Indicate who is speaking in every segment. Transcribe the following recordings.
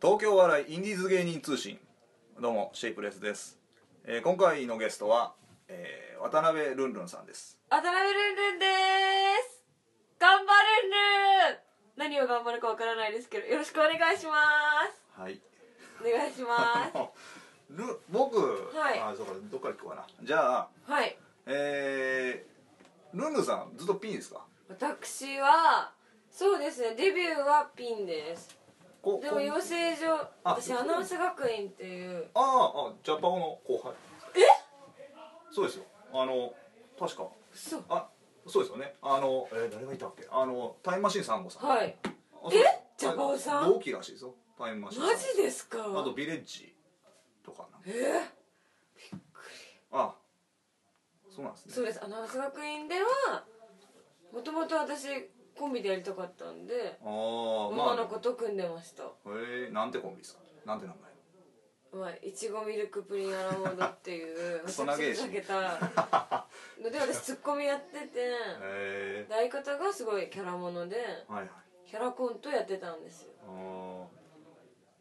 Speaker 1: 東京笑いインディーズ芸人通信どうもシェイプレスです、えー今回のゲストは、えー渡辺ルンルンさんです
Speaker 2: 渡辺ルンルンでーす頑張るんるん何を頑張るかわからないですけどよろしくお願いしま
Speaker 1: はい
Speaker 2: すお願いしま
Speaker 1: ル僕、
Speaker 2: はい
Speaker 1: あそうかどっから聞こうかなじゃあ
Speaker 2: すはい
Speaker 1: えー、ルンルンさんずっとピンですか
Speaker 2: 私はそうですねデビューはピンです
Speaker 1: こ
Speaker 2: でも
Speaker 1: こ
Speaker 2: 養成所
Speaker 1: あ
Speaker 2: 私アナウンス学院っていう
Speaker 1: あああジャパオの後輩えそうですよあの確か
Speaker 2: 嘘
Speaker 1: あそうですよねあの、えー誰がいたっけあのタイムマシーン3号さん
Speaker 2: はい
Speaker 1: あそうです
Speaker 2: えジャパオさん
Speaker 1: 同期らしいですよタイムマ
Speaker 2: マ
Speaker 1: シーンさん
Speaker 2: ジですか
Speaker 1: あとビレッジとかなんか
Speaker 2: えー
Speaker 1: あそうなんです
Speaker 2: そ
Speaker 1: ね
Speaker 2: うですアナウンス学院ではもともと私コンビでやりたかったんで
Speaker 1: ああまあ
Speaker 2: 女の子と組んでました
Speaker 1: へえなんてコンビですかなんて名前
Speaker 2: まあ、いちごミルクプリンアラモードっていう
Speaker 1: クソ長えし
Speaker 2: めちゃくちゃふざけたので私ツッコミやってて
Speaker 1: へえ
Speaker 2: で相方がすごいキャラもので
Speaker 1: はいはい
Speaker 2: キャラコントやってたんですよ
Speaker 1: あー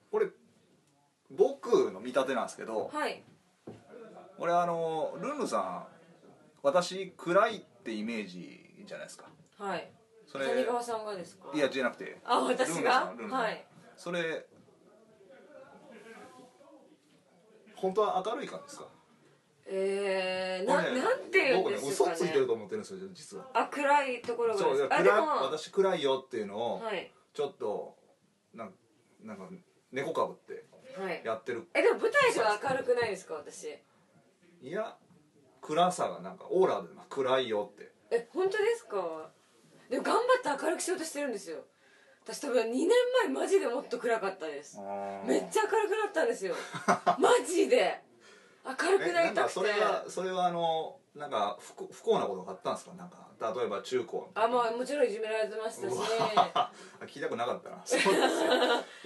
Speaker 1: これ僕の見立てなんですけど
Speaker 2: はい
Speaker 1: 俺あのルンルさん私暗いってイメージじゃないですか
Speaker 2: はい
Speaker 1: それ
Speaker 2: 谷川さんがですか
Speaker 1: いやじゃなくて
Speaker 2: あ私が
Speaker 1: ルンルさん
Speaker 2: はい
Speaker 1: それ本当は明るい感じですか
Speaker 2: えー、な
Speaker 1: これね
Speaker 2: なんて言うん
Speaker 1: 僕ね
Speaker 2: です
Speaker 1: 嘘
Speaker 2: か
Speaker 1: ついてる
Speaker 2: ね
Speaker 1: と思ってるんですよ実は
Speaker 2: あ暗いところが
Speaker 1: そ
Speaker 2: で
Speaker 1: う
Speaker 2: す
Speaker 1: だから
Speaker 2: あで
Speaker 1: 暗い
Speaker 2: も
Speaker 1: 私暗いよっていうのを
Speaker 2: はい
Speaker 1: ちょっとなんかなんか猫かぶって
Speaker 2: はい
Speaker 1: やってる
Speaker 2: えでも舞台では明るくないですか私
Speaker 1: いや暗さがなんかオーラで暗いよって
Speaker 2: え本当ですかでも頑張って明るくしようとしてるんですよ私多分2年前マジでもっと暗かったですめっちゃ明るくなったんですよ マジで明るく
Speaker 1: え
Speaker 2: な
Speaker 1: な
Speaker 2: り
Speaker 1: ん
Speaker 2: た
Speaker 1: か
Speaker 2: くて
Speaker 1: それはそれはあのなんか不幸不幸なことがあったんですかなんか例えば中高
Speaker 2: あまあもちろんいじめられてましたし
Speaker 1: うわ 聞いたくなかったなそうで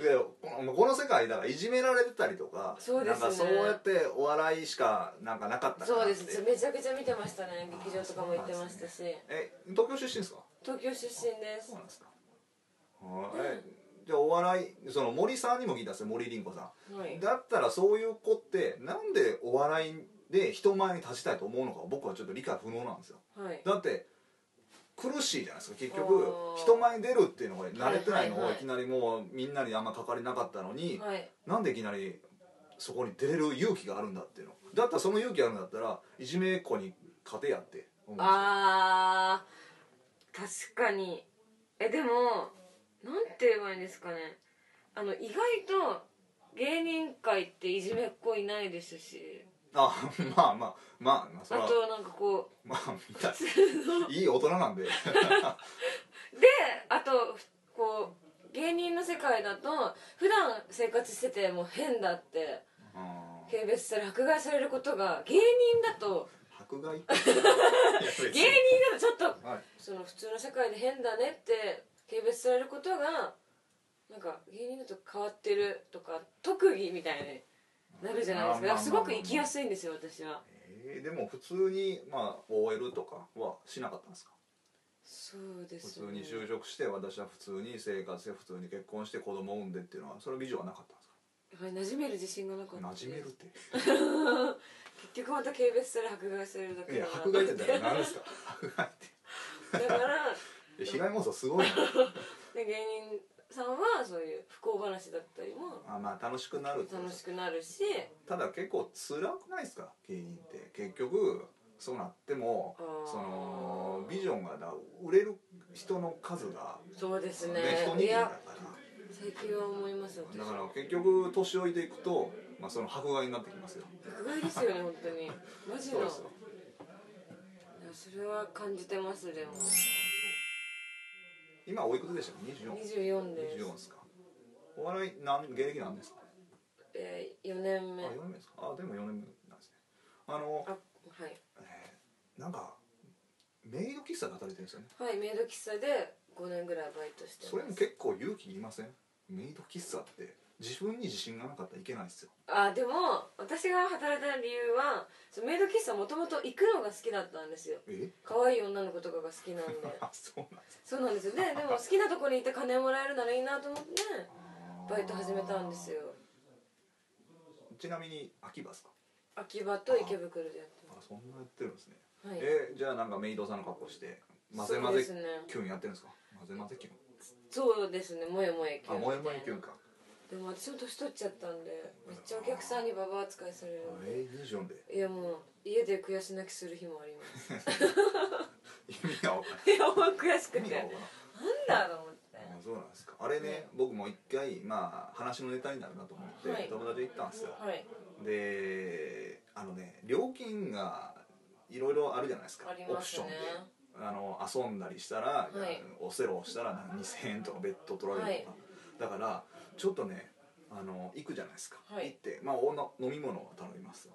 Speaker 1: すよ でこのこの世界だからいじめられてたりとか
Speaker 2: そうですね
Speaker 1: なんかそうやってお笑いしかなんかなかった
Speaker 2: そうで
Speaker 1: って
Speaker 2: すめちゃくちゃ見てましたね劇場とかも行ってましたし、
Speaker 1: え東京出身ですか
Speaker 2: 東京出身です
Speaker 1: そうなんですかあえじゃあお笑いその森さんにも聞いたんですよ森凛子さ
Speaker 2: は
Speaker 1: ん
Speaker 2: い
Speaker 1: だったらそういう子ってなんでお笑いで人前に立ちたいと思うのか僕はちょっと理解不能なんですよ
Speaker 2: はい
Speaker 1: だって苦しいじゃないですか結
Speaker 2: あ
Speaker 1: 局
Speaker 2: ー
Speaker 1: 人前に出るっていうのが慣れてないの
Speaker 2: はい
Speaker 1: を
Speaker 2: はいいはい
Speaker 1: きなりもうみんなにあんまかかりなかったのに、
Speaker 2: はい
Speaker 1: なんでいきなりそこに出れる勇気があるんだっていうのだったらその勇気あるんだったらいじめっ子に勝てやって思うんですよ
Speaker 2: あー確かにえでもなんて言えばいいんですかねあの意外と芸人界っていじめっ子いないですし
Speaker 1: あ まあまあまあまあそ
Speaker 2: あ
Speaker 1: れは
Speaker 2: となんかこ
Speaker 1: まあみたいいい大人なんで
Speaker 2: うであとふこう芸人の世界だと普段生活してても変だって
Speaker 1: うん
Speaker 2: 軽蔑され迫害されることが芸人だと
Speaker 1: 迫 害
Speaker 2: 芸人だとちょっと
Speaker 1: はい
Speaker 2: その普通の社会で変だねって軽蔑されることがなんか芸人だと変わってるとか特技みたいになるじゃない
Speaker 1: あー
Speaker 2: ですか
Speaker 1: まあ
Speaker 2: だからすごく生きやすいんですよ私は
Speaker 1: えーでも普通にまあ OL とかはしなかったんですか
Speaker 2: そうで
Speaker 1: 普
Speaker 2: す
Speaker 1: 通に就職して私は普通に生活して普通に結婚して子供を産んでっていうのはそれビジョンはなかったんです
Speaker 2: はい馴染める自信がなかった
Speaker 1: か馴染めるっ
Speaker 2: 結
Speaker 1: て
Speaker 2: 局また軽蔑され迫害されるだ
Speaker 1: い
Speaker 2: けだ
Speaker 1: や
Speaker 2: な
Speaker 1: 迫害ってだから何ですか迫害っ
Speaker 2: だから
Speaker 1: ていや被害妄想すごいな
Speaker 2: で芸人さんはそういう不幸話だったりも
Speaker 1: あまあ楽しくなるってこと
Speaker 2: 楽しくなるし、
Speaker 1: ただ結構辛くないですか芸人って結局そうなっても
Speaker 2: あー
Speaker 1: そのビジョンがだ売れる人の数が、
Speaker 2: そうですね
Speaker 1: ね、人
Speaker 2: い
Speaker 1: 人だか
Speaker 2: や最近は思います私
Speaker 1: らだから結局年老いていくと、まあ、その迫害になってきますよ
Speaker 2: 迫害ですよね本 当にマジ
Speaker 1: そう
Speaker 2: の
Speaker 1: ですよ
Speaker 2: いやそれは感じてますでも
Speaker 1: 今おいくつでしたか 24?
Speaker 2: 24です
Speaker 1: 24ですかお笑いなん芸歴なんですか
Speaker 2: えー、4年
Speaker 1: あ
Speaker 2: 目
Speaker 1: 4年目ですかあでも4年目なんですねあの
Speaker 2: あ、はい
Speaker 1: なんかメイド喫茶で働いてるんですよね
Speaker 2: はいメイド喫茶で5年ぐらいバイトしてます
Speaker 1: それも結構勇気いりませんメイド喫茶って自分に自信がなかったらいけないですよ
Speaker 2: あでも私が働いた理由はそのメイド喫茶もともと行くのが好きだったんですよ
Speaker 1: え
Speaker 2: 可愛い女の子とかが好きなんで
Speaker 1: あそうなんです
Speaker 2: そうなんですよででも好きなとこに行って金もらえるならいいなと思ってバイト始めたんですよ
Speaker 1: ちなみに秋葉ですか
Speaker 2: 秋葉と池袋でやって
Speaker 1: あそんなやってるんですね、
Speaker 2: ますはい
Speaker 1: えじゃあなんかメイドさんの格好して混ぜ混
Speaker 2: そうで
Speaker 1: ぜ
Speaker 2: すね
Speaker 1: キュンやってるんですか混ぜ混ぜキュン
Speaker 2: そうですねもえもえキュ
Speaker 1: あ
Speaker 2: ン
Speaker 1: もやもやキュンか
Speaker 2: でも私も年取っちゃったんでめっちゃお客さんにババア扱いされる
Speaker 1: あえー、24で
Speaker 2: いやもう家で悔し泣きする日もあります
Speaker 1: 意味が分か
Speaker 2: いやもう悔しく
Speaker 1: らん
Speaker 2: て
Speaker 1: 意味が
Speaker 2: な
Speaker 1: 分
Speaker 2: ん
Speaker 1: からん
Speaker 2: だと思って
Speaker 1: あそうなんですかあれね、僕も一回まあ話のネタになるなと思って、
Speaker 2: はい
Speaker 1: 友達と行ったんですよ
Speaker 2: はい
Speaker 1: であのね料金がいろいろあるじゃないですか
Speaker 2: あり
Speaker 1: オ
Speaker 2: ま
Speaker 1: プシ
Speaker 2: す
Speaker 1: ョ
Speaker 2: ね
Speaker 1: ンであの遊んだりしたら、
Speaker 2: はい
Speaker 1: おセロをしたら2,000円とかベッド取られるとか、だからちょっとねあの行くじゃないですか、
Speaker 2: はい
Speaker 1: 行って、まあ、おの飲み物を頼みます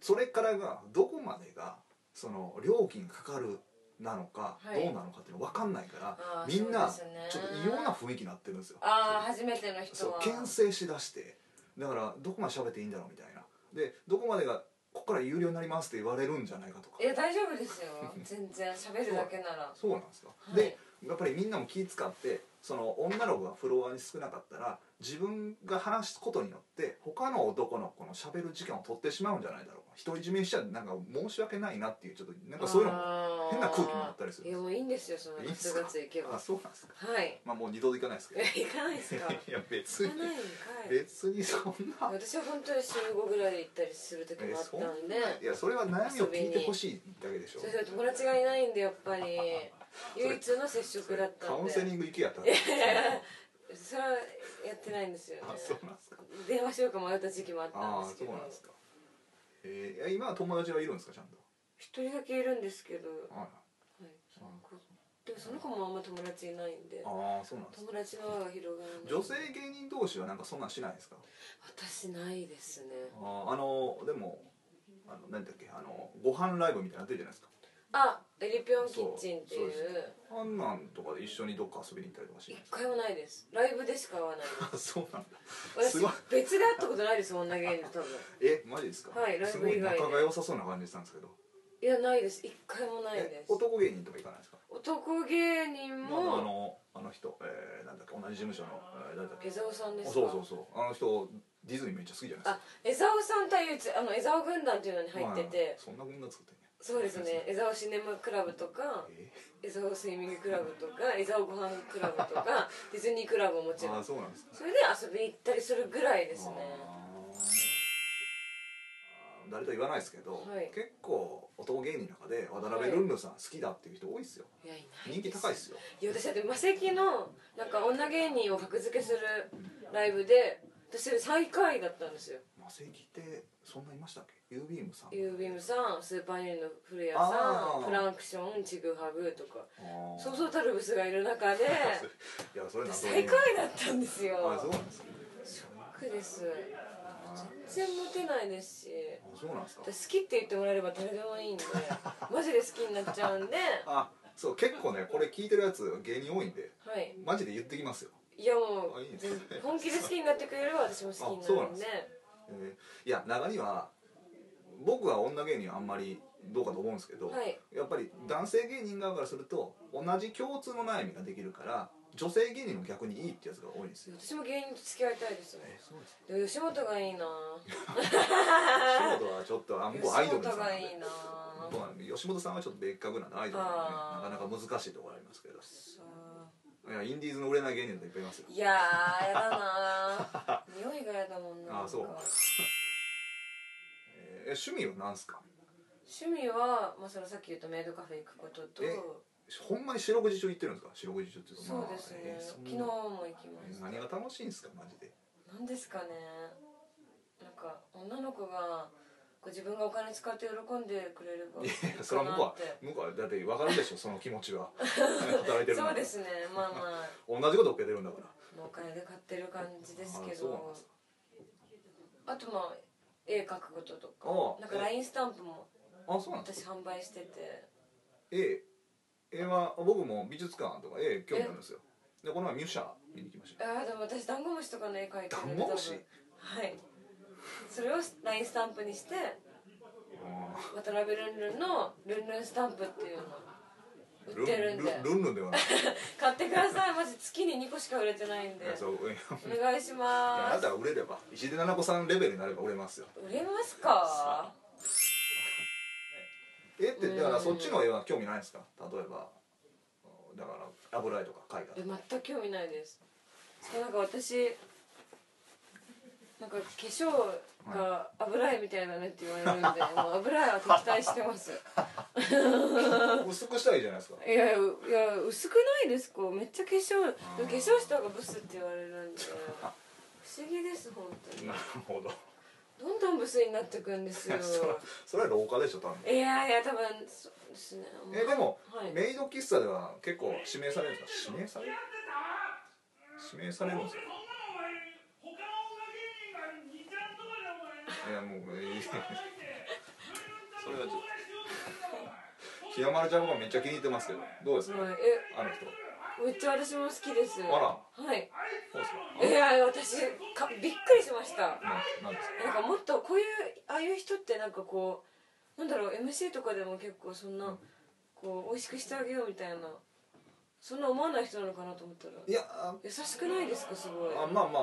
Speaker 1: それからがどこまでがその料金かかるなのか、
Speaker 2: はい
Speaker 1: どうなのかっていうの分かんないから
Speaker 2: あー
Speaker 1: みんな
Speaker 2: そうです
Speaker 1: ちょ
Speaker 2: ね
Speaker 1: っと異様な雰囲気になってるんですよ
Speaker 2: ああ初めての
Speaker 1: そ
Speaker 2: 人
Speaker 1: う
Speaker 2: は
Speaker 1: 牽制しだしてだからどこまで喋っていいんだろうみたいなでどこまでがここから有料になりますって言われるんじゃないかとか
Speaker 2: いや大丈夫ですよ全然喋るだけなら
Speaker 1: そうなんですか、
Speaker 2: はい
Speaker 1: でやっぱりみんなも気使ってその女の子がフロアに少なかったら自分が話すことによって他の男の子の喋る時間を取ってしまうんじゃないだろうか独り占めしちゃなんか申し訳ないなっていうちょっとなんかそういうのも
Speaker 2: あー
Speaker 1: 変な空気もあったりする
Speaker 2: いやもういいんですよその
Speaker 1: いいん
Speaker 2: ガ
Speaker 1: です
Speaker 2: ツ
Speaker 1: か
Speaker 2: ガツいけば
Speaker 1: あ
Speaker 2: は
Speaker 1: そうなんですか
Speaker 2: い
Speaker 1: まあもう二度と行かないですけ
Speaker 2: い
Speaker 1: ど
Speaker 2: や行かないです か
Speaker 1: いや別
Speaker 2: 行
Speaker 1: に
Speaker 2: かないんかい
Speaker 1: 別にそんな
Speaker 2: 私は本当に週5ぐらいで行ったりする時もあったんで、
Speaker 1: いやそれは悩みを聞いてほしいだけでしょ
Speaker 2: そうそう友達がいないんでやっぱり唯一の接触だったんで
Speaker 1: カウンセリング行けやったら
Speaker 2: いやいやいやそれはやってないんですよ、ね
Speaker 1: あ、そうなんですか
Speaker 2: 電話しようか迷った時期もあったん
Speaker 1: ああ
Speaker 2: ですけ
Speaker 1: そう
Speaker 2: ど
Speaker 1: なんですかえー、いや今は友達はいるんですかちゃんと
Speaker 2: 一人だけいるんですけど、
Speaker 1: はい
Speaker 2: はい、その子でもその子もあんま友達いないんで
Speaker 1: ああそうなんです
Speaker 2: 友達の輪が広がらない
Speaker 1: 女性芸人同士はなんかそんなんしないですか
Speaker 2: 私ないですね
Speaker 1: あーあのーでもあのなんだっけあのご飯ライブみたいなのやってるじゃないですか
Speaker 2: あエリピョンキッチンってい
Speaker 1: そう
Speaker 2: う
Speaker 1: そうあんなんとかで一緒にどっか遊びに行ったりとかし
Speaker 2: 一
Speaker 1: ないですか
Speaker 2: 回もないですライブでしか会わないです
Speaker 1: あそうなんだ
Speaker 2: 私
Speaker 1: すごい
Speaker 2: 別で会ったことないです女芸人多分
Speaker 1: えマジですか
Speaker 2: はいライ
Speaker 1: す
Speaker 2: ブ
Speaker 1: ごい
Speaker 2: 以外で
Speaker 1: 仲が良さそうな感じしたんですけど
Speaker 2: いやないです一回もないで
Speaker 1: え
Speaker 2: す
Speaker 1: 男芸人とか行かないですか
Speaker 2: 男芸人
Speaker 1: まあ、あの
Speaker 2: も
Speaker 1: あの人、えー、なんだっけ同じ事務所の、えー、誰だっけ
Speaker 2: 江澤さんですか
Speaker 1: そうそうそうあの人ディズニーめっちゃ好きじゃないです
Speaker 2: あ
Speaker 1: か
Speaker 2: 江澤さんというあの江澤軍団っていうのに入ってて、
Speaker 1: まあそんな女作ってんね
Speaker 2: そうですね江澤シネマクラブとか
Speaker 1: え
Speaker 2: 江澤スイミングクラブとか江澤ご飯クラブとか ディズニークラブももちろ
Speaker 1: ああ
Speaker 2: ん
Speaker 1: そうなんですか
Speaker 2: それで遊びに行ったりするぐらいですね
Speaker 1: あー誰とは言わないですけど、
Speaker 2: はい
Speaker 1: 結構男芸人の中で渡辺ルンルンさん好きだっていう人多いですよ、
Speaker 2: いやいない
Speaker 1: 人気高いですよ
Speaker 2: いや私だってマセキのなんか女芸人を格付けするライブで私それ最下位だったんですよ
Speaker 1: マセキってそんないましたっけユービームさん
Speaker 2: ユービームさんスーパーユニオンの古谷
Speaker 1: あ
Speaker 2: さ
Speaker 1: ー
Speaker 2: んフランクションちぐはぐとか
Speaker 1: あー
Speaker 2: そうそうたるブスがいる中 で
Speaker 1: いやそれ謎
Speaker 2: 最下位だったんです
Speaker 1: あ
Speaker 2: よ
Speaker 1: そうなんですか
Speaker 2: ショックです
Speaker 1: あー
Speaker 2: 全然モテないですし
Speaker 1: あそうなんですか
Speaker 2: 私好きって言ってもらえれば誰でもいい んでマジで好きになっちゃうんで
Speaker 1: あ
Speaker 2: は
Speaker 1: そう結構ねこれ聞いてるやつ芸人多いんで
Speaker 2: い
Speaker 1: マジで言ってきますよ、
Speaker 2: いやも
Speaker 1: あ
Speaker 2: う
Speaker 1: いいです
Speaker 2: 全
Speaker 1: ね
Speaker 2: 本気で好きになってくれれば私も好きに
Speaker 1: あそう
Speaker 2: な
Speaker 1: な
Speaker 2: る
Speaker 1: ん
Speaker 2: ん
Speaker 1: で
Speaker 2: です
Speaker 1: えーいや中には僕は女芸人はあんまりどうかと思うんですけど、
Speaker 2: はい
Speaker 1: やっぱり男性芸人側からすると同じ共通の悩みができるから女性芸人も逆にいいってやつが多いんですよ、
Speaker 2: 私も芸人と付き合いたいですよ
Speaker 1: えそうです
Speaker 2: でも吉本がいいな
Speaker 1: 吉本はちょっとあ
Speaker 2: 吉
Speaker 1: もうアイドル
Speaker 2: 本
Speaker 1: さんなん
Speaker 2: が
Speaker 1: で
Speaker 2: いいな
Speaker 1: そうなんで吉本さんはちょっと別格なんでアイドルなんでね
Speaker 2: あー
Speaker 1: なかなか難しいところありますけど
Speaker 2: さ
Speaker 1: いやインディーズの売れない芸人っていっぱいいますよ
Speaker 2: あいやーやだな 匂いがやだもんな
Speaker 1: あーそう
Speaker 2: なんか
Speaker 1: えー趣味は何すか
Speaker 2: 趣味は、まあ、それさっき言ったメイドカフェ行くことと
Speaker 1: えほんまに四六時中行ってるんですか四六時中っていうか
Speaker 2: そうですね、
Speaker 1: えーそん
Speaker 2: 昨
Speaker 1: な
Speaker 2: 日も行きました
Speaker 1: 何が楽しいんですかマジで
Speaker 2: なんですかねなんか女の子がこう自分がお金使って喜んでくれれば
Speaker 1: い
Speaker 2: いい
Speaker 1: やい やそ
Speaker 2: か
Speaker 1: れは
Speaker 2: な
Speaker 1: 向
Speaker 2: っ
Speaker 1: こ
Speaker 2: て
Speaker 1: うは向こうはだって分かるでしょその気持ち は働いてるんだ
Speaker 2: そ
Speaker 1: か
Speaker 2: う
Speaker 1: ら
Speaker 2: ですねまあまあ
Speaker 1: 同じこと受けてるんだから
Speaker 2: まあお金で買ってる感じですけ
Speaker 1: あそうなんで
Speaker 2: ど
Speaker 1: すか
Speaker 2: あとまあ絵描くことと
Speaker 1: おう
Speaker 2: かなんか LINE スタンプも
Speaker 1: あそうなんですか
Speaker 2: 私販売してて
Speaker 1: 絵絵は僕も美術館とか絵興味あるんですよでこの前ミュシャ見に行きました
Speaker 2: あーでも私ダンゴムシとかの絵描いてる
Speaker 1: ダンゴムシ
Speaker 2: 多分はいそれを LINE スタンプにして
Speaker 1: あ
Speaker 2: 渡辺ルンルンのルンルンスタンプっていうのを売ってるんで
Speaker 1: ルンルンルンではない
Speaker 2: 買ってくださいマジ月に2個しか売れてないんで
Speaker 1: いやそういや
Speaker 2: お願いしま
Speaker 1: あな
Speaker 2: す
Speaker 1: たは売れれば石出七子さんレベルになれば売れますよ
Speaker 2: 売れますか
Speaker 1: 絵ってだからそっちの絵は興味ないですか例えばだから油絵とか絵画
Speaker 2: え
Speaker 1: とか
Speaker 2: 全く興味ないですでなんか私なんか化粧が油絵みたいだねって言われる んで、もう油絵は敵対してます
Speaker 1: 薄くしたらいいじゃないですか
Speaker 2: いやいやいや薄くないですかめっちゃ化粧でも化粧した方がブスって言われるんで不思議です本当に
Speaker 1: なるほど
Speaker 2: どんどんブスになってくんですよ
Speaker 1: そらそれは廊下でしょ多分
Speaker 2: いやいや多分そうですね
Speaker 1: えでも、
Speaker 2: はい
Speaker 1: メイド喫茶では結構指名されるんですか指名される指名されるんですよいやもう、えー、 それはちょっと日の丸ちゃん僕はめっちゃ気に入ってますけどどうですか
Speaker 2: はい
Speaker 1: あの人
Speaker 2: えめっちゃ私も好きです
Speaker 1: あら
Speaker 2: はい
Speaker 1: そうです
Speaker 2: いや私かびっくりしました
Speaker 1: かななんです
Speaker 2: なんかもっとこういうああいう人ってなんかこうなんだろう MC とかでも結構そんなこう美味しくしてあげようみたいなそんな思わない人なのかなと思ったら
Speaker 1: かいやあ
Speaker 2: 優しくないですかすごい
Speaker 1: あまあまあまあま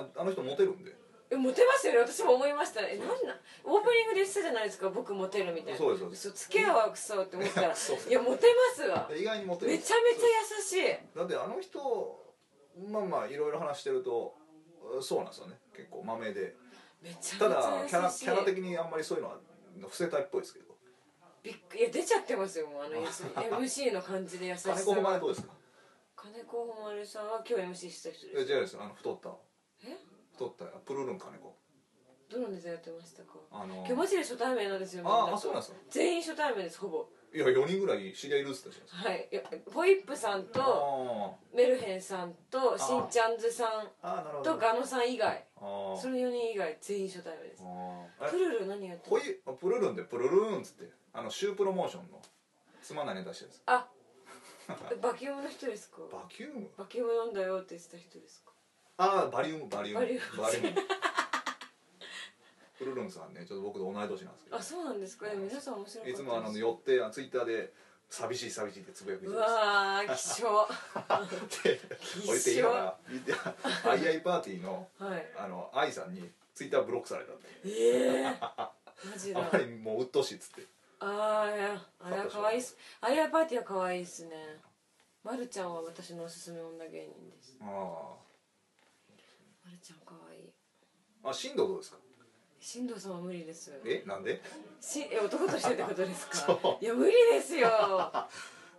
Speaker 1: あああの人モテるんで
Speaker 2: えモテますよね私も思いましたえなんなんオープニングで言ってたじゃないですか僕モテるみたいな
Speaker 1: そうですそうです
Speaker 2: すつけ合わクソって思ったら
Speaker 1: いや そう
Speaker 2: いやモテますわ
Speaker 1: 意外にモテる
Speaker 2: めちゃめちゃ優しい
Speaker 1: だってあの人まあまあいろいろ話してるとうそうなんですよね結構マメで
Speaker 2: めちゃ
Speaker 1: た
Speaker 2: めち
Speaker 1: だキャ
Speaker 2: ゃ
Speaker 1: ラ
Speaker 2: 優しい
Speaker 1: キャラ的にあんまりそういうのは伏せたいっぽいですけど
Speaker 2: びっくいや出ちゃってます よもうあの要するに MC の感じで優しさ
Speaker 1: 金子誉れどうですか
Speaker 2: 金子誉さんは今日 MC してた人
Speaker 1: いや
Speaker 2: です
Speaker 1: 違うですあの太った
Speaker 2: え
Speaker 1: 太ったプルルン金子
Speaker 2: どのデザインやってましたか
Speaker 1: あの
Speaker 2: 今日マジで初対面なんですよみん
Speaker 1: あ
Speaker 2: と
Speaker 1: あそうなんですか
Speaker 2: 全員初対面ですほぼ
Speaker 1: いや4人ぐらい知り合いいるっつったじゃないですか
Speaker 2: はいいやポイップさんと
Speaker 1: あ
Speaker 2: メルヘンさんとしんちゃんずさん
Speaker 1: あああなるほど
Speaker 2: とガノさん以外
Speaker 1: あー
Speaker 2: その4人以外全員初対面です
Speaker 1: あー
Speaker 2: プ
Speaker 1: え
Speaker 2: ルル何やって
Speaker 1: こういうあプルルンでプルルーンっつってあのシュープロモーションのつまんないネタしてるんです
Speaker 2: あバキュームの人ですか
Speaker 1: バキューム
Speaker 2: バキューム飲んだよって言ってた人ですか
Speaker 1: ああバリウムバリウム
Speaker 2: バリウム
Speaker 1: バリウム プルルンさんねちょっと僕と同い年なんですけど
Speaker 2: あそうなんですかでも皆さん面白かった
Speaker 1: い
Speaker 2: です
Speaker 1: つもあの寄ってあツイッターで寂しい寂しいってつぶやく人
Speaker 2: う
Speaker 1: です
Speaker 2: わー希少
Speaker 1: って俺っていいのかないや II パーティーの
Speaker 2: はい
Speaker 1: あの AI さんにツイッターブロックされたって
Speaker 2: ええマジだ
Speaker 1: あまりもう鬱陶しいっつって
Speaker 2: あーいやあれは可愛いっすあやパーティーは可愛いっすねまるちゃんは私のおすすめ女芸人です
Speaker 1: あ
Speaker 2: まるちゃん可愛い
Speaker 1: ああ進藤どうですか
Speaker 2: 進藤さんは無理です
Speaker 1: えなんで
Speaker 2: しえ男としてってことですか
Speaker 1: そ
Speaker 2: いや無理ですよ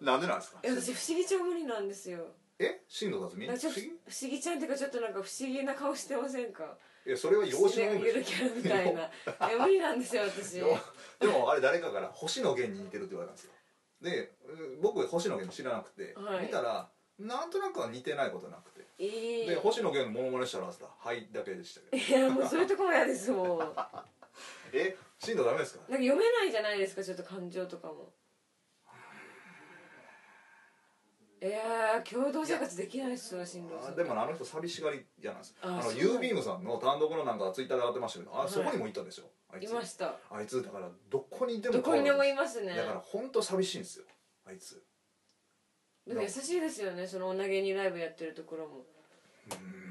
Speaker 1: なんでなんですか
Speaker 2: いや私不思議ちゃん無理なんですよ
Speaker 1: え進藤辰巳
Speaker 2: なんかちょっ
Speaker 1: 不
Speaker 2: と
Speaker 1: 思議
Speaker 2: 不思議ちゃんっていうかちょっとなんか不思議な顔してませんか
Speaker 1: いやそれは養子の
Speaker 2: ゆるキャラみた いないや無理なんですよ私
Speaker 1: よでもあれ誰かから星野源に似てるって言われたんですよでうん僕星野源知らなくて、
Speaker 2: はい
Speaker 1: 見たらなんとなくは似てないことなくて
Speaker 2: いい
Speaker 1: で星野源のモノマネしたらあったはいだけでした けど
Speaker 2: いやもうそういうとこも嫌ですもんなんか
Speaker 1: え進藤ダメですか
Speaker 2: 読めないじゃないですかちょっと感情とかもいやー共同生活できないっすわ新郎
Speaker 1: あ
Speaker 2: さん
Speaker 1: ーでもねあの人寂しがり嫌なんですよ
Speaker 2: あ
Speaker 1: あ
Speaker 2: ー
Speaker 1: の
Speaker 2: そうなんだ
Speaker 1: ユービームさんの単独のなんかツイッターで上がってましたけどあ、
Speaker 2: はい
Speaker 1: そこにもいたでしょあい
Speaker 2: い
Speaker 1: つ
Speaker 2: ました
Speaker 1: あいつだからどこにいても
Speaker 2: どこにでもい
Speaker 1: ま
Speaker 2: ますね
Speaker 1: だから本当寂しいんですよあいつ
Speaker 2: でも優しいですよねその女芸人ライブやってるところも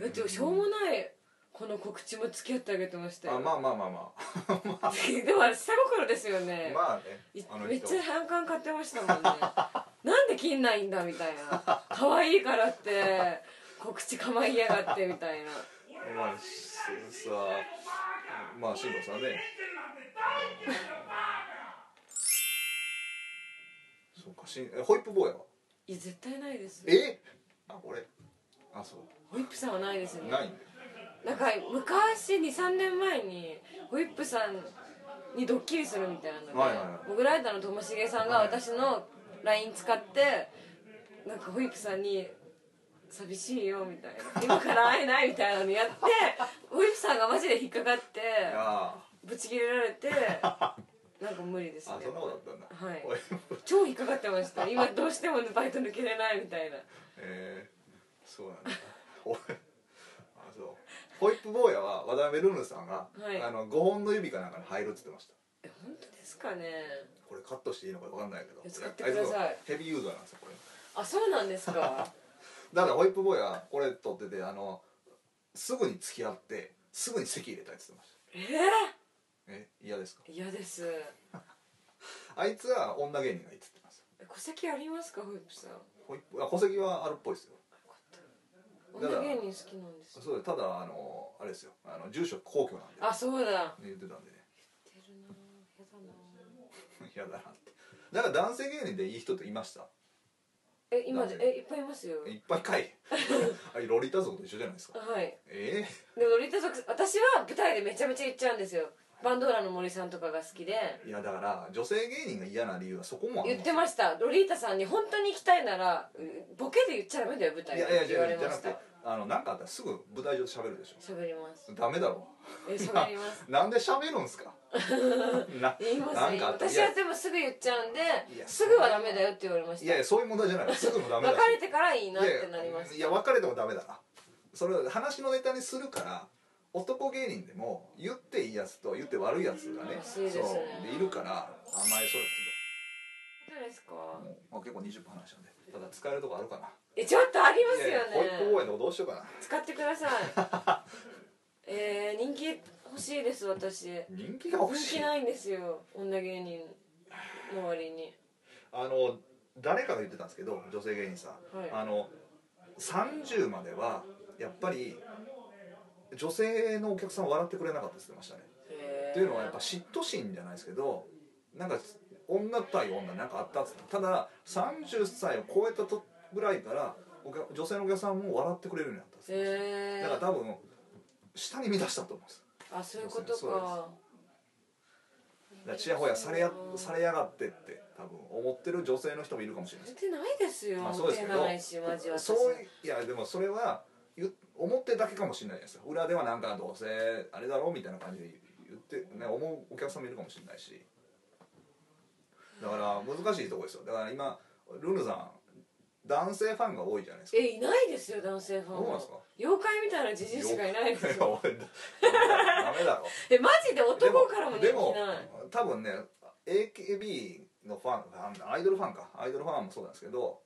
Speaker 2: だってしょうもないこの告知も付き合ってあげてましたよ
Speaker 1: あまあまあまあま
Speaker 2: でもあれ下心ですよ
Speaker 1: あ、
Speaker 2: ね
Speaker 1: まあね
Speaker 2: い
Speaker 1: あの
Speaker 2: めっ
Speaker 1: 人
Speaker 2: ちゃ反感買ってましたもんね なんで切んないんだみたいな可愛いからって告知構いやがってみたいな
Speaker 1: まあしさあまあ進藤さんねそうかしんえホイップ坊やはい
Speaker 2: や絶対ないです
Speaker 1: えあ俺あそ
Speaker 2: ホイップさんはないですね
Speaker 1: うないんだよ
Speaker 2: なんか昔23年前にホイップさんにドッキリするみたいなので、
Speaker 1: はいはいはい
Speaker 2: モグライダーのともしげさんが
Speaker 1: はい
Speaker 2: 私の LINE 使ってなんかホイップさんに「寂しいよ」みたいな「今から会えない」みたいなのや ってホイップさんがマジで引っかかって
Speaker 1: あ
Speaker 2: ブチ切れられ てなんか無理です
Speaker 1: ああ
Speaker 2: ね
Speaker 1: そんなことだったんだ
Speaker 2: はい
Speaker 1: お
Speaker 2: 超引っかかってました今どうしてもバイト抜けれないみたいな
Speaker 1: えー、そうなんだ俺あそうホイップ坊やは渡辺ルーヌさんが、
Speaker 2: はい
Speaker 1: あの5本の指かなんかに入るって言ってました
Speaker 2: え本当ですかね
Speaker 1: これカットしていいのか分かんないけど
Speaker 2: 使ってください
Speaker 1: あつヘビーユーザーなんですよこれ
Speaker 2: あそうなんです か
Speaker 1: だからホイップボーイはこれ撮っててあのすぐに付き合ってすぐに席入れたいって言ってました
Speaker 2: え
Speaker 1: え嫌ですか
Speaker 2: ー、嫌です
Speaker 1: あいつは女芸人がいいって言ってます
Speaker 2: え戸籍ありますかホイップさん
Speaker 1: ホイップあ戸籍はあるっぽいですよ
Speaker 2: 女芸人好きなんです
Speaker 1: そうですただあのあれですよあの住所皇居なんで
Speaker 2: あそうだ
Speaker 1: 言ってたんでね
Speaker 2: 言ってるなや
Speaker 1: 嫌
Speaker 2: だな
Speaker 1: だなってだから男性芸人でいい人っていました
Speaker 2: え今で
Speaker 1: なんで
Speaker 2: えいっぱいいますよ
Speaker 1: いっぱいか いあれロリータ族と一緒じゃないですか
Speaker 2: はい
Speaker 1: え
Speaker 2: でもロリータ族私は舞台でめちゃめちゃ行っちゃうんですよバンドーラの森さんとかが好きで
Speaker 1: えいやだから女性芸人が嫌な理由はそこもある
Speaker 2: 言ってましたロリータさんに本当に行きたいならうボケで言っちゃダメだよ舞台
Speaker 1: い
Speaker 2: で
Speaker 1: やいや
Speaker 2: って言わ
Speaker 1: じ
Speaker 2: れ
Speaker 1: ゃじゃ
Speaker 2: ま
Speaker 1: な
Speaker 2: し
Speaker 1: くて
Speaker 2: た
Speaker 1: あのなんかあったらすぐ舞台上で喋るでし
Speaker 2: 喋ります
Speaker 1: ょダメだろ
Speaker 2: え喋ります
Speaker 1: なんで喋るんすかな
Speaker 2: 言います
Speaker 1: な
Speaker 2: 言
Speaker 1: ん
Speaker 2: い
Speaker 1: かあ
Speaker 2: ま
Speaker 1: ったら
Speaker 2: す私はでもすぐ言っちゃうんで
Speaker 1: いや
Speaker 2: すぐはダメだよって言われまし
Speaker 1: い
Speaker 2: た
Speaker 1: やいやそういう問題じゃないすぐもダメだし
Speaker 2: 別れてからいいなっ
Speaker 1: いや
Speaker 2: てなりまし
Speaker 1: い
Speaker 2: た
Speaker 1: や別れてもダメだなそれ話のネタにするから男芸人でも言っていいやつと言って悪いやつがね
Speaker 2: らしいですね
Speaker 1: そうでいるからあんまりそれ
Speaker 2: どうですか
Speaker 1: もう、まあ、結構20分話したんでただ使えるとこあるかな
Speaker 2: えちょっとありま
Speaker 1: いや
Speaker 2: す
Speaker 1: いやホイップ
Speaker 2: よ
Speaker 1: 応
Speaker 2: ね
Speaker 1: 援のどうしようかな
Speaker 2: 使ってく ださいえー、人気欲しいです私
Speaker 1: 人気が欲し
Speaker 2: 人
Speaker 1: い
Speaker 2: 気ないんですよ女芸人の割に
Speaker 1: あの誰かが言ってたんですけど女性芸人さん、
Speaker 2: はい
Speaker 1: あの30まではやっぱり女性のお客さんは笑ってくれなかったって言ってましたね
Speaker 2: へー
Speaker 1: っていうのはやっぱ嫉妬心じゃないですけどなんか女対女なんかあったっつってただ30歳を超えたとぐらいからお客女性のお客さんも笑ってくれるようになったっつってました
Speaker 2: へー
Speaker 1: だから多分下に満たしたと思うんです
Speaker 2: あそういうこと
Speaker 1: そうです
Speaker 2: か
Speaker 1: だからちやほやされやされやがってって多分思ってる女性の人もいるかもしれないです
Speaker 2: 出てないですよ
Speaker 1: まあそうですけど
Speaker 2: 出てないしマジ私
Speaker 1: そういやでもそれは言思ってだけかもしれないじゃないですか裏ではなんかどうせあれだろうみたいな感じで言って、ね、思うお客さんもいるかもしれないしだから難しいとこですよだから今ルヌさん男性ファンが多いじゃないですか
Speaker 2: えいないですよ男性ファン
Speaker 1: どうなん
Speaker 2: は
Speaker 1: ですか
Speaker 2: 妖怪みたいなじじいしかいないです
Speaker 1: や
Speaker 2: よ
Speaker 1: おいダメだろ
Speaker 2: えマジで
Speaker 1: でも
Speaker 2: 男からも人気
Speaker 1: で
Speaker 2: ない
Speaker 1: も多分ね AKB のファンあアイドルファンかアイドルファンもそうなんですけど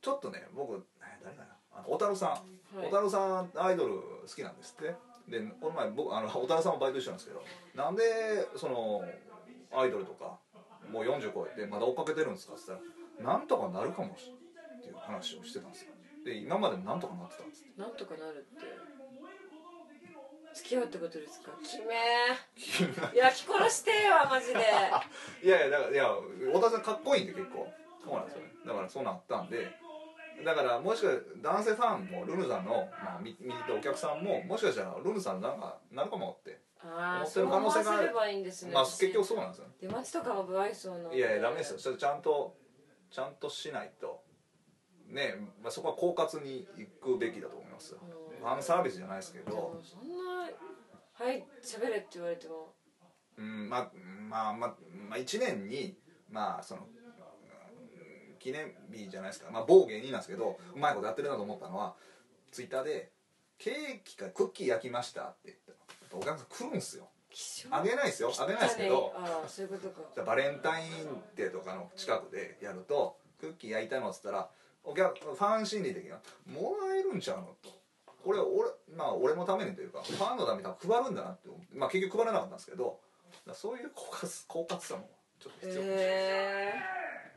Speaker 1: ちょっとね僕え誰かなあの小樽さん
Speaker 2: はい
Speaker 1: 小樽さんアイドル好きなんですってでこの前僕あの小樽さんもバイトしてたんですけどなんでそのアイドルとかもう40超えてまだ追っかけてるんですかって言ったらなんとかなるかもしっていう話をしてたんですよで今までなんとかなってたんですって
Speaker 2: なんとかなるって付き合うってことですかきめー焼き殺してーわマ ジで
Speaker 1: いやいやだからいや太田さんかっこいいんで結構そうなんですよねだからそうなったんでだからもしか男性ファンもルヌさんの、まあ、見見てたお客さんももしかしたらルヌさんなんかなるかもって、
Speaker 2: ああ
Speaker 1: 思って
Speaker 2: そう
Speaker 1: る可
Speaker 2: 思
Speaker 1: 能
Speaker 2: わ
Speaker 1: 性がある
Speaker 2: せればいいんですね
Speaker 1: まあ結局そうなんですよね
Speaker 2: 出待ちとかも不愛想ない
Speaker 1: いやいやダメですよそれちゃんとちゃんとしないとねまあ、そこは狡猾に行くべきだと思いますよ
Speaker 2: うん
Speaker 1: ファンサービスじゃないですけ
Speaker 2: で
Speaker 1: ど
Speaker 2: もそんな「はい喋れ」って言われても
Speaker 1: うんまあまあまあ、まあ、1年にまあそのうん記念日じゃないですか、まあ、某芸人なんですけどうまいことやってるなと思ったのはツイッターで「ケーキかクッキー焼きました」って言ったらやっぱお客さん来るんすよ
Speaker 2: 気
Speaker 1: あげないですよあげないですけど
Speaker 2: ああそういうことか
Speaker 1: じゃあバレンタインデーとかの近くでやるとクッキー焼いたのっつったらお客ファン心理的なもらえるんちゃうのとこれ俺まあ俺のためにというかファンのために多分配るんだなって思うまあ結局配らなかったんですけどだからそういう狡猾狡猾さもちょっと必要かもしれない
Speaker 2: ええ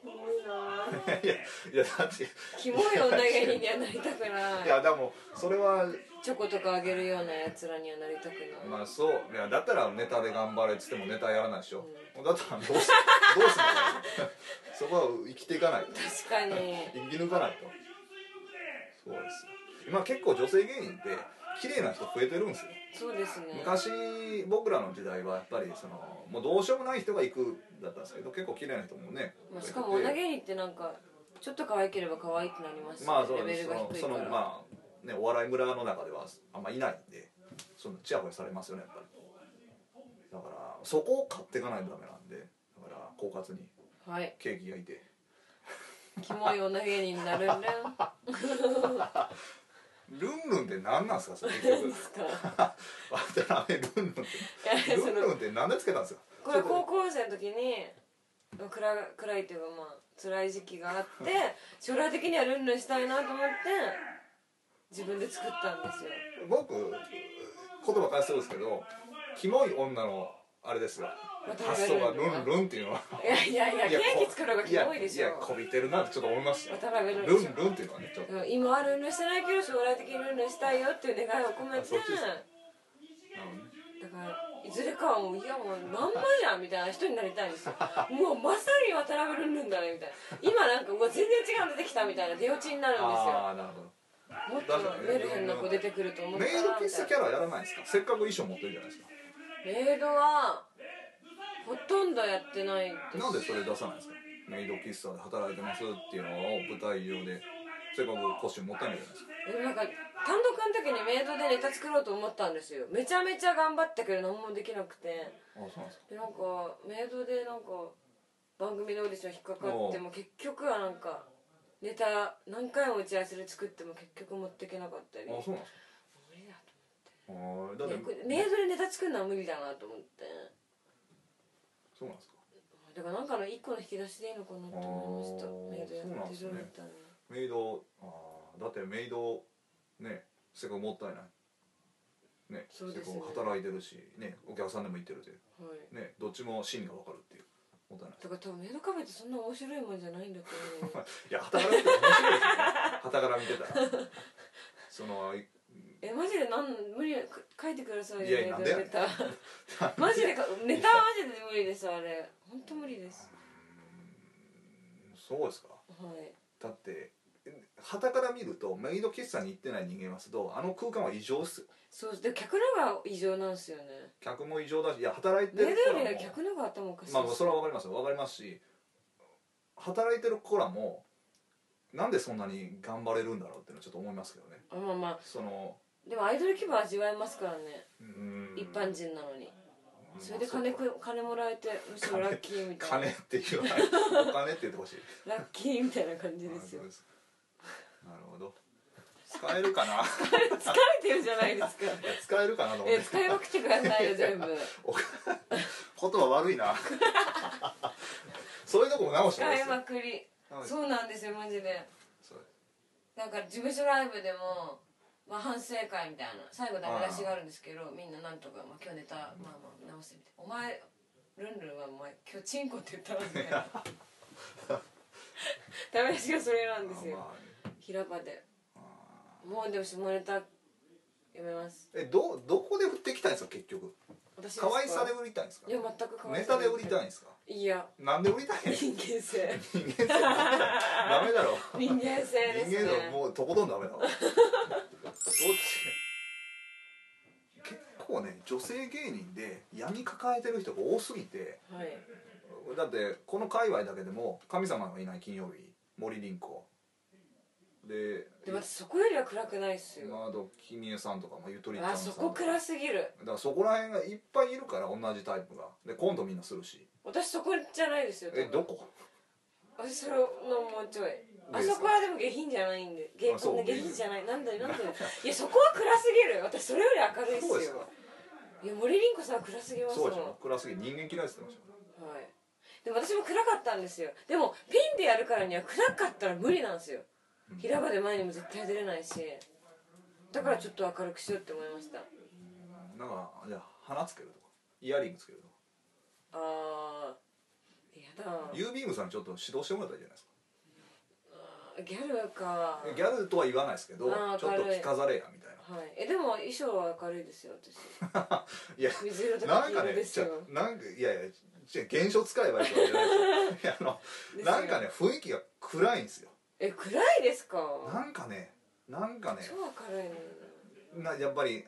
Speaker 2: キモいなぁ
Speaker 1: いやいやだってい
Speaker 2: キモい女芸人にはなりたくない
Speaker 1: やでもそれは
Speaker 2: チョコとかあげるようなやつらにはなりたくない、
Speaker 1: まあそういやだったらネタで頑張れっつってもネタやらないでしょ、だったらどうすどうすんのよそこは生きていかないと
Speaker 2: 確かに
Speaker 1: 生き抜かないとそうですよ今結構女性芸人って綺麗な人増えてるんですよ
Speaker 2: そうですね
Speaker 1: 昔僕らの時代はやっぱりそのもうどうしようもない人が行くだったんですけど結構綺麗な人もね
Speaker 2: ま
Speaker 1: 増え
Speaker 2: あ、
Speaker 1: て
Speaker 2: してかも女芸人ってなんかちょっと可愛ければ可愛いってなりますし、
Speaker 1: まあそう
Speaker 2: レベ
Speaker 1: です
Speaker 2: ル
Speaker 1: そ
Speaker 2: が
Speaker 1: の
Speaker 2: 低い
Speaker 1: そ
Speaker 2: か
Speaker 1: の
Speaker 2: ら、
Speaker 1: まあねお笑い村の中ではあんまいないんでそんなチヤホヤされますよねやっぱりだからそこを買っていかないとダメなんでだから狡猾に
Speaker 2: はい
Speaker 1: ケーキ焼いて
Speaker 2: キモい女芸人になるんだよ
Speaker 1: ルンルンって何なんですかそれ結
Speaker 2: 何
Speaker 1: 局
Speaker 2: です か
Speaker 1: 渡辺ルンルン
Speaker 2: いやそ
Speaker 1: ルン
Speaker 2: の
Speaker 1: ルンって何でつけたんですか
Speaker 2: これ高校生の時に暗暗いというかまあ辛い時期があって将来的にはルンルンしたいなと思って自分で作ったんですよ
Speaker 1: 僕言葉返せるんですけどキモい女のあれですよ
Speaker 2: 渡
Speaker 1: 発
Speaker 2: 辺
Speaker 1: 想
Speaker 2: ルンルン
Speaker 1: がルンルンっていうのはい
Speaker 2: やいやいやケーキ作るのが
Speaker 1: い
Speaker 2: キ
Speaker 1: や
Speaker 2: モいでし
Speaker 1: いや
Speaker 2: ょ
Speaker 1: こびてるなってちょっと思いますよ
Speaker 2: 渡辺ルン
Speaker 1: ル
Speaker 2: ルン
Speaker 1: ンルンっていうのはねちょっと
Speaker 2: うん今はルンルンしてないけど将来的にルンルンしたいよっていう願いを込め
Speaker 1: あ
Speaker 2: て
Speaker 1: そっちです
Speaker 2: だ
Speaker 1: なのね
Speaker 2: からいずれかはもういやもうまんまやみたいな人になりたいんですよもうまさに渡辺ルンルンだねみたいな今なんかうわ全然違うの出てきたみたいな出落ちになるんですよ
Speaker 1: ああなるほど
Speaker 2: もっとメルヘンな子出てくると思った
Speaker 1: メ
Speaker 2: ら
Speaker 1: イド喫茶キャラやらないんですかせっかく衣装持ってるじゃないですか
Speaker 2: メイドはほとんどやってないです
Speaker 1: なんでそれ出さないんですかメイド喫茶で働いてますっていうのを舞台上でせっかくコスチューム持ってないじゃないですか
Speaker 2: でもなんか単独の時にメイドでネタ作ろうと思ったんですよめちゃめちゃ頑張ったけど何もできなくて
Speaker 1: あそうなんですか
Speaker 2: でなんかメイドでなんか番組のオーディション引っかかっても結局はなんかネタ何回も打ち合わせで作っても結局持っていけなかったり
Speaker 1: あそうなんです
Speaker 2: 無理だ
Speaker 1: かあーだっ
Speaker 2: と思ってていやこれメイドでネタ作るのは無理だなと思って
Speaker 1: そうなんですか
Speaker 2: だからなんかの一個の引き出しでいいのかなと思いまし
Speaker 1: あ
Speaker 2: た
Speaker 1: ー
Speaker 2: メイドや
Speaker 1: そうなん
Speaker 2: っ
Speaker 1: で
Speaker 2: て
Speaker 1: す
Speaker 2: る
Speaker 1: ね
Speaker 2: みたいな。
Speaker 1: メイドあーだってメイドねせっかくもったいないね
Speaker 2: そうですね
Speaker 1: せっかく働いてるしねお客さんでも行ってるで
Speaker 2: はい、
Speaker 1: ねどっちも芯がわかるっていうもったいない
Speaker 2: だから多分メイドカフェってそんな面白いもんじゃないんだと 思う
Speaker 1: いや働いて面白い ですよね傍から見てたらそのい
Speaker 2: えマジでなん無理か書いてくださいよ
Speaker 1: いやなんで
Speaker 2: ネタマジでかネタはマジで無理ですあれ本当無理です
Speaker 1: そうですか
Speaker 2: はい
Speaker 1: だって傍から見るとメイド喫茶に行ってない人間はすとあの空間は異常っすよ
Speaker 2: そうで客の方が異常なんですよね
Speaker 1: 客も異常だしいや働いて
Speaker 2: メイ
Speaker 1: る
Speaker 2: ド
Speaker 1: も
Speaker 2: よりは客の方が頭おかしい
Speaker 1: まあそれはわかりますよわかりますし働いてる子らもなんでそんなに頑張れるんだろうっていうのはちょっと思いますけどね
Speaker 2: あまあま
Speaker 1: その
Speaker 2: あでもアイドル気分味わえますからね、
Speaker 1: うーん
Speaker 2: 一般人なのに
Speaker 1: うん
Speaker 2: それで金く金もらえてむしろラッキーみたいな
Speaker 1: 金って 言わないお金って言ってほしい
Speaker 2: ラッキーみたいな感じです
Speaker 1: あ
Speaker 2: よ
Speaker 1: そうですなるほど使えるかないや
Speaker 2: 疲れてるじゃな いですか
Speaker 1: 使えるかなと思っ
Speaker 2: え
Speaker 1: て
Speaker 2: 使いまくってくださいよ 全部
Speaker 1: 言葉悪いなそういうとこも直してほしい
Speaker 2: 使
Speaker 1: で
Speaker 2: い
Speaker 1: す
Speaker 2: ま
Speaker 1: よ
Speaker 2: くり
Speaker 1: 直して
Speaker 2: そうなんですよマジで
Speaker 1: そう
Speaker 2: なんか事務所ライブでも、まあ、反省会みたいな最後ダメ出しがあるんですけどみんななんとか、まあ、今日ネタ、まあ、まあ直してみて「お前ルンルンはお前今日チンコって言ったの?」みた いなダメ出しがそれなんですよ
Speaker 1: まあ
Speaker 2: 平場でもうでも下ネタやめます
Speaker 1: えどどこで売っていきたいんですか結局
Speaker 2: 私ですか
Speaker 1: 可愛さで売りたいんですか
Speaker 2: いや全く可愛
Speaker 1: ネ
Speaker 2: さ
Speaker 1: タで売りたいん
Speaker 2: い
Speaker 1: ですか
Speaker 2: いや
Speaker 1: なんで売りたいんですか
Speaker 2: 人間性
Speaker 1: 人間性ダメだろ
Speaker 2: 人間性です
Speaker 1: 人
Speaker 2: ね
Speaker 1: 間性もうとことんダメだわどっち結構ね女性芸人で闇抱えてる人が多すぎて
Speaker 2: はい
Speaker 1: だってこの界隈だけでも「神様のいない金曜日」森凛子で
Speaker 2: でも私そこよりは暗くないっすよ
Speaker 1: 今時みえさんとかもゆとりちゃん
Speaker 2: あ
Speaker 1: さ
Speaker 2: そ
Speaker 1: ん
Speaker 2: こと
Speaker 1: か
Speaker 2: 暗すぎる
Speaker 1: だからそこら辺がいっぱいいるから同じタイプがで今度みんなするし
Speaker 2: 私そこじゃないですよ多分
Speaker 1: えどこ
Speaker 2: 私それのもうちょいあそこはでも下品じゃないんで下
Speaker 1: あそう
Speaker 2: 下品じゃないなんだよなんだよいやそこは暗すぎる私それより明るいっ
Speaker 1: そうですす
Speaker 2: よ
Speaker 1: か
Speaker 2: いや森凛子さんは暗すぎます
Speaker 1: そ
Speaker 2: も
Speaker 1: うんでし
Speaker 2: は
Speaker 1: ょ暗すぎて人間嫌いって言ってましたよ
Speaker 2: いでも私も暗かったんですよでもピンでやるからには暗かったら無理なんですよ平場で前にも絶対出れないしだからちょっと明るくしようって思いました
Speaker 1: なんかじゃあ花つけるとかイヤリングつけるとか
Speaker 2: あーやだ
Speaker 1: ユービームさんにちょっと指導してもらったらいいじゃないですか
Speaker 2: ギャルか
Speaker 1: ギャルとは言わないですけど
Speaker 2: あー
Speaker 1: ちょっと
Speaker 2: 明るい
Speaker 1: 着飾れやみたい
Speaker 2: はいえでも衣装は明るいですよ私
Speaker 1: ないや
Speaker 2: 水色とか
Speaker 1: なん
Speaker 2: 黄
Speaker 1: か
Speaker 2: 色
Speaker 1: ね
Speaker 2: です
Speaker 1: じゃ
Speaker 2: よ
Speaker 1: なんかいやいやじゃ現象使えばいいとかじゃないですよいやあの
Speaker 2: ですよ
Speaker 1: なんかね雰囲気が暗いんですよ
Speaker 2: え暗いですか
Speaker 1: なんかねなんかね
Speaker 2: 超明るいのに
Speaker 1: なやっぱり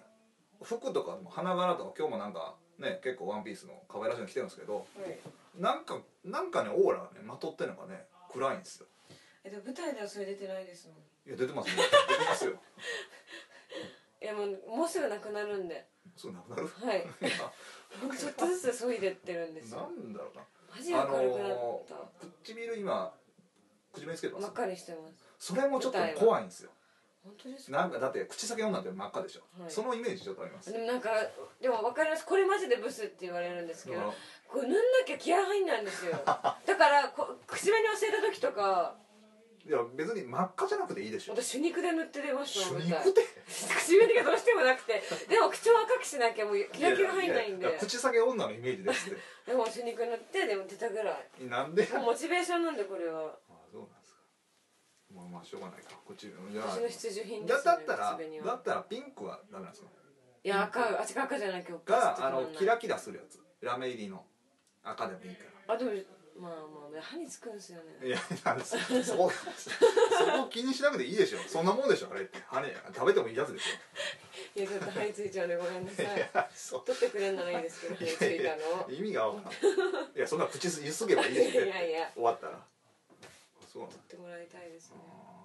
Speaker 1: 服とかも花柄とか今日もなんかね結構ワンピースの可愛らしいの着てるんですけど
Speaker 2: はい
Speaker 1: なんかなんかねオーラがねまとってるのがね暗いんですよ
Speaker 2: えでも舞台ではそれ出てないですもん
Speaker 1: いや出てますね出てますよ
Speaker 2: いやもうもうすぐなくなるんです
Speaker 1: ぐなくなる
Speaker 2: はい
Speaker 1: いや
Speaker 2: 僕ちょっとずつ削いでってるんです
Speaker 1: な
Speaker 2: よ
Speaker 1: んだろうな
Speaker 2: マジで明るくなった、
Speaker 1: 唇今唇つけてま
Speaker 2: 真
Speaker 1: す
Speaker 2: っ赤にしてます
Speaker 1: それもちょっと怖いんですよ
Speaker 2: 本当ですか
Speaker 1: なんかだって口先女って真っ赤でしょ、
Speaker 2: はい
Speaker 1: そのイメージちょっとあります
Speaker 2: でもなんかでも分かりますこれマジでブスって言われるんですけどこれ塗んなきゃ気合入んないんですよだからこ口紅忘れた時 とか
Speaker 1: いや別に真っ赤じゃなくていいでしょ
Speaker 2: 私手肉で塗って出まし
Speaker 1: 主
Speaker 2: たもん
Speaker 1: 肉
Speaker 2: みたい
Speaker 1: って
Speaker 2: 口紅がどうしてもなくてでも口を赤くしなきゃもう気合気が入んないんで
Speaker 1: ややや口先女のイメージですっ
Speaker 2: でも手肉塗ってでも出たぐらい
Speaker 1: てなん で
Speaker 2: もうモチベーションなんでこれは
Speaker 1: あそうなんですかまあまあしょうがないかこっちじゃあ
Speaker 2: 私の必需品で
Speaker 1: だ
Speaker 2: す
Speaker 1: だ
Speaker 2: よ
Speaker 1: っ
Speaker 2: ね
Speaker 1: たら
Speaker 2: 口紅
Speaker 1: だ
Speaker 2: は
Speaker 1: ったらピンクはダメなんですか
Speaker 2: いや赤あ違う赤じゃない今日
Speaker 1: があのキラキラするやつラメ入りの赤でもいいか
Speaker 2: あでもまあまあ歯につくんですよ
Speaker 1: ら
Speaker 2: ね
Speaker 1: いやなんですそこそこ気にしなくていいでしょそんなもんでしょあれって羽食べてもいいやつでし
Speaker 2: いやちょっと歯についちゃうんでごめんなさ
Speaker 1: ょい
Speaker 2: い
Speaker 1: やそう
Speaker 2: 取ってくれんならいいですけど歯についたのを
Speaker 1: 意味がわからんいやそんな口すゆすげばいいでしょ
Speaker 2: いやいや
Speaker 1: 終わったらあそうなの
Speaker 2: 取ってもらいたいですね
Speaker 1: あ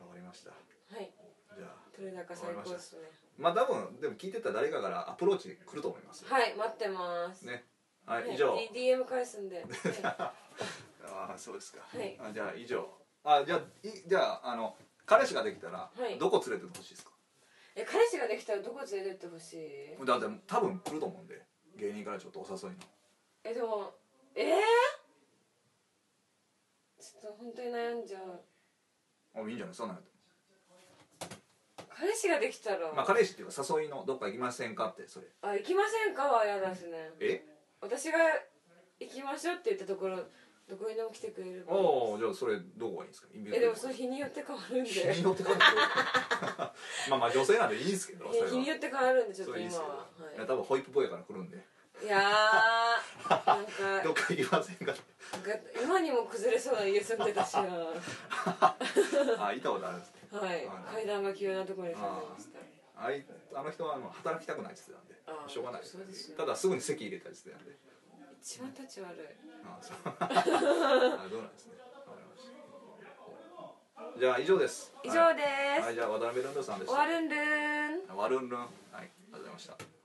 Speaker 1: ーわかりました
Speaker 2: はい
Speaker 1: じゃあ
Speaker 2: 取れ高最高ですね
Speaker 1: まあ多分でも聞いてた誰かからアプローチ来ると思いますよ
Speaker 2: はい待ってます
Speaker 1: ねはい以上
Speaker 2: D- DM 返すん で、はい、
Speaker 1: ああそうですか、
Speaker 2: はい
Speaker 1: あじゃあ以上あじゃあいじゃああの彼氏ができたら、
Speaker 2: はい
Speaker 1: どこ連れてってほしいですか
Speaker 2: え彼氏ができたらどこ連れてってほしい
Speaker 1: だって多分来ると思うんで芸人からちょっとお誘いの
Speaker 2: えでもえー、ちょっと本当に悩んじゃう
Speaker 1: あいいんじゃないそうなる
Speaker 2: 彼氏ができたら、
Speaker 1: とまあ彼氏っていうか誘いのどっか行きませんかってそれ
Speaker 2: あ行きませんかは嫌ですね
Speaker 1: え
Speaker 2: 私が行きましょうって言ったところどこにでも来てくれれば
Speaker 1: おおじゃあそれどこがいいんですかインビ
Speaker 2: えでもその日によって変わるんで
Speaker 1: 日によって変わ るんでまあまあ女性なんでいいんですけどそれは
Speaker 2: 日によって変わるんでちょっ
Speaker 1: そ
Speaker 2: と
Speaker 1: れいいで
Speaker 2: 今
Speaker 1: す
Speaker 2: は
Speaker 1: けど、い、や多分ホイップボーイから来るんで
Speaker 2: はい、いやーなんか
Speaker 1: どっか行きませんかって
Speaker 2: なんか今にも崩れそうな家住んでたし なは
Speaker 1: あいたことあるんですね
Speaker 2: い階段が急なところに住んでました
Speaker 1: あいあの人はあの働きたくない人なんで
Speaker 2: あー
Speaker 1: しょうがない
Speaker 2: そうですよ
Speaker 1: ただすぐに席入れた人なんで
Speaker 2: 一番立ち悪い
Speaker 1: あーそう あどうなんですねわかりましたじゃあ以上です
Speaker 2: 以
Speaker 1: は
Speaker 2: 上
Speaker 1: い
Speaker 2: で
Speaker 1: はい、
Speaker 2: す
Speaker 1: じゃあ渡辺ルンルンさんでし
Speaker 2: 終
Speaker 1: た
Speaker 2: わるんるーん
Speaker 1: ワルンルンはいありがとうございました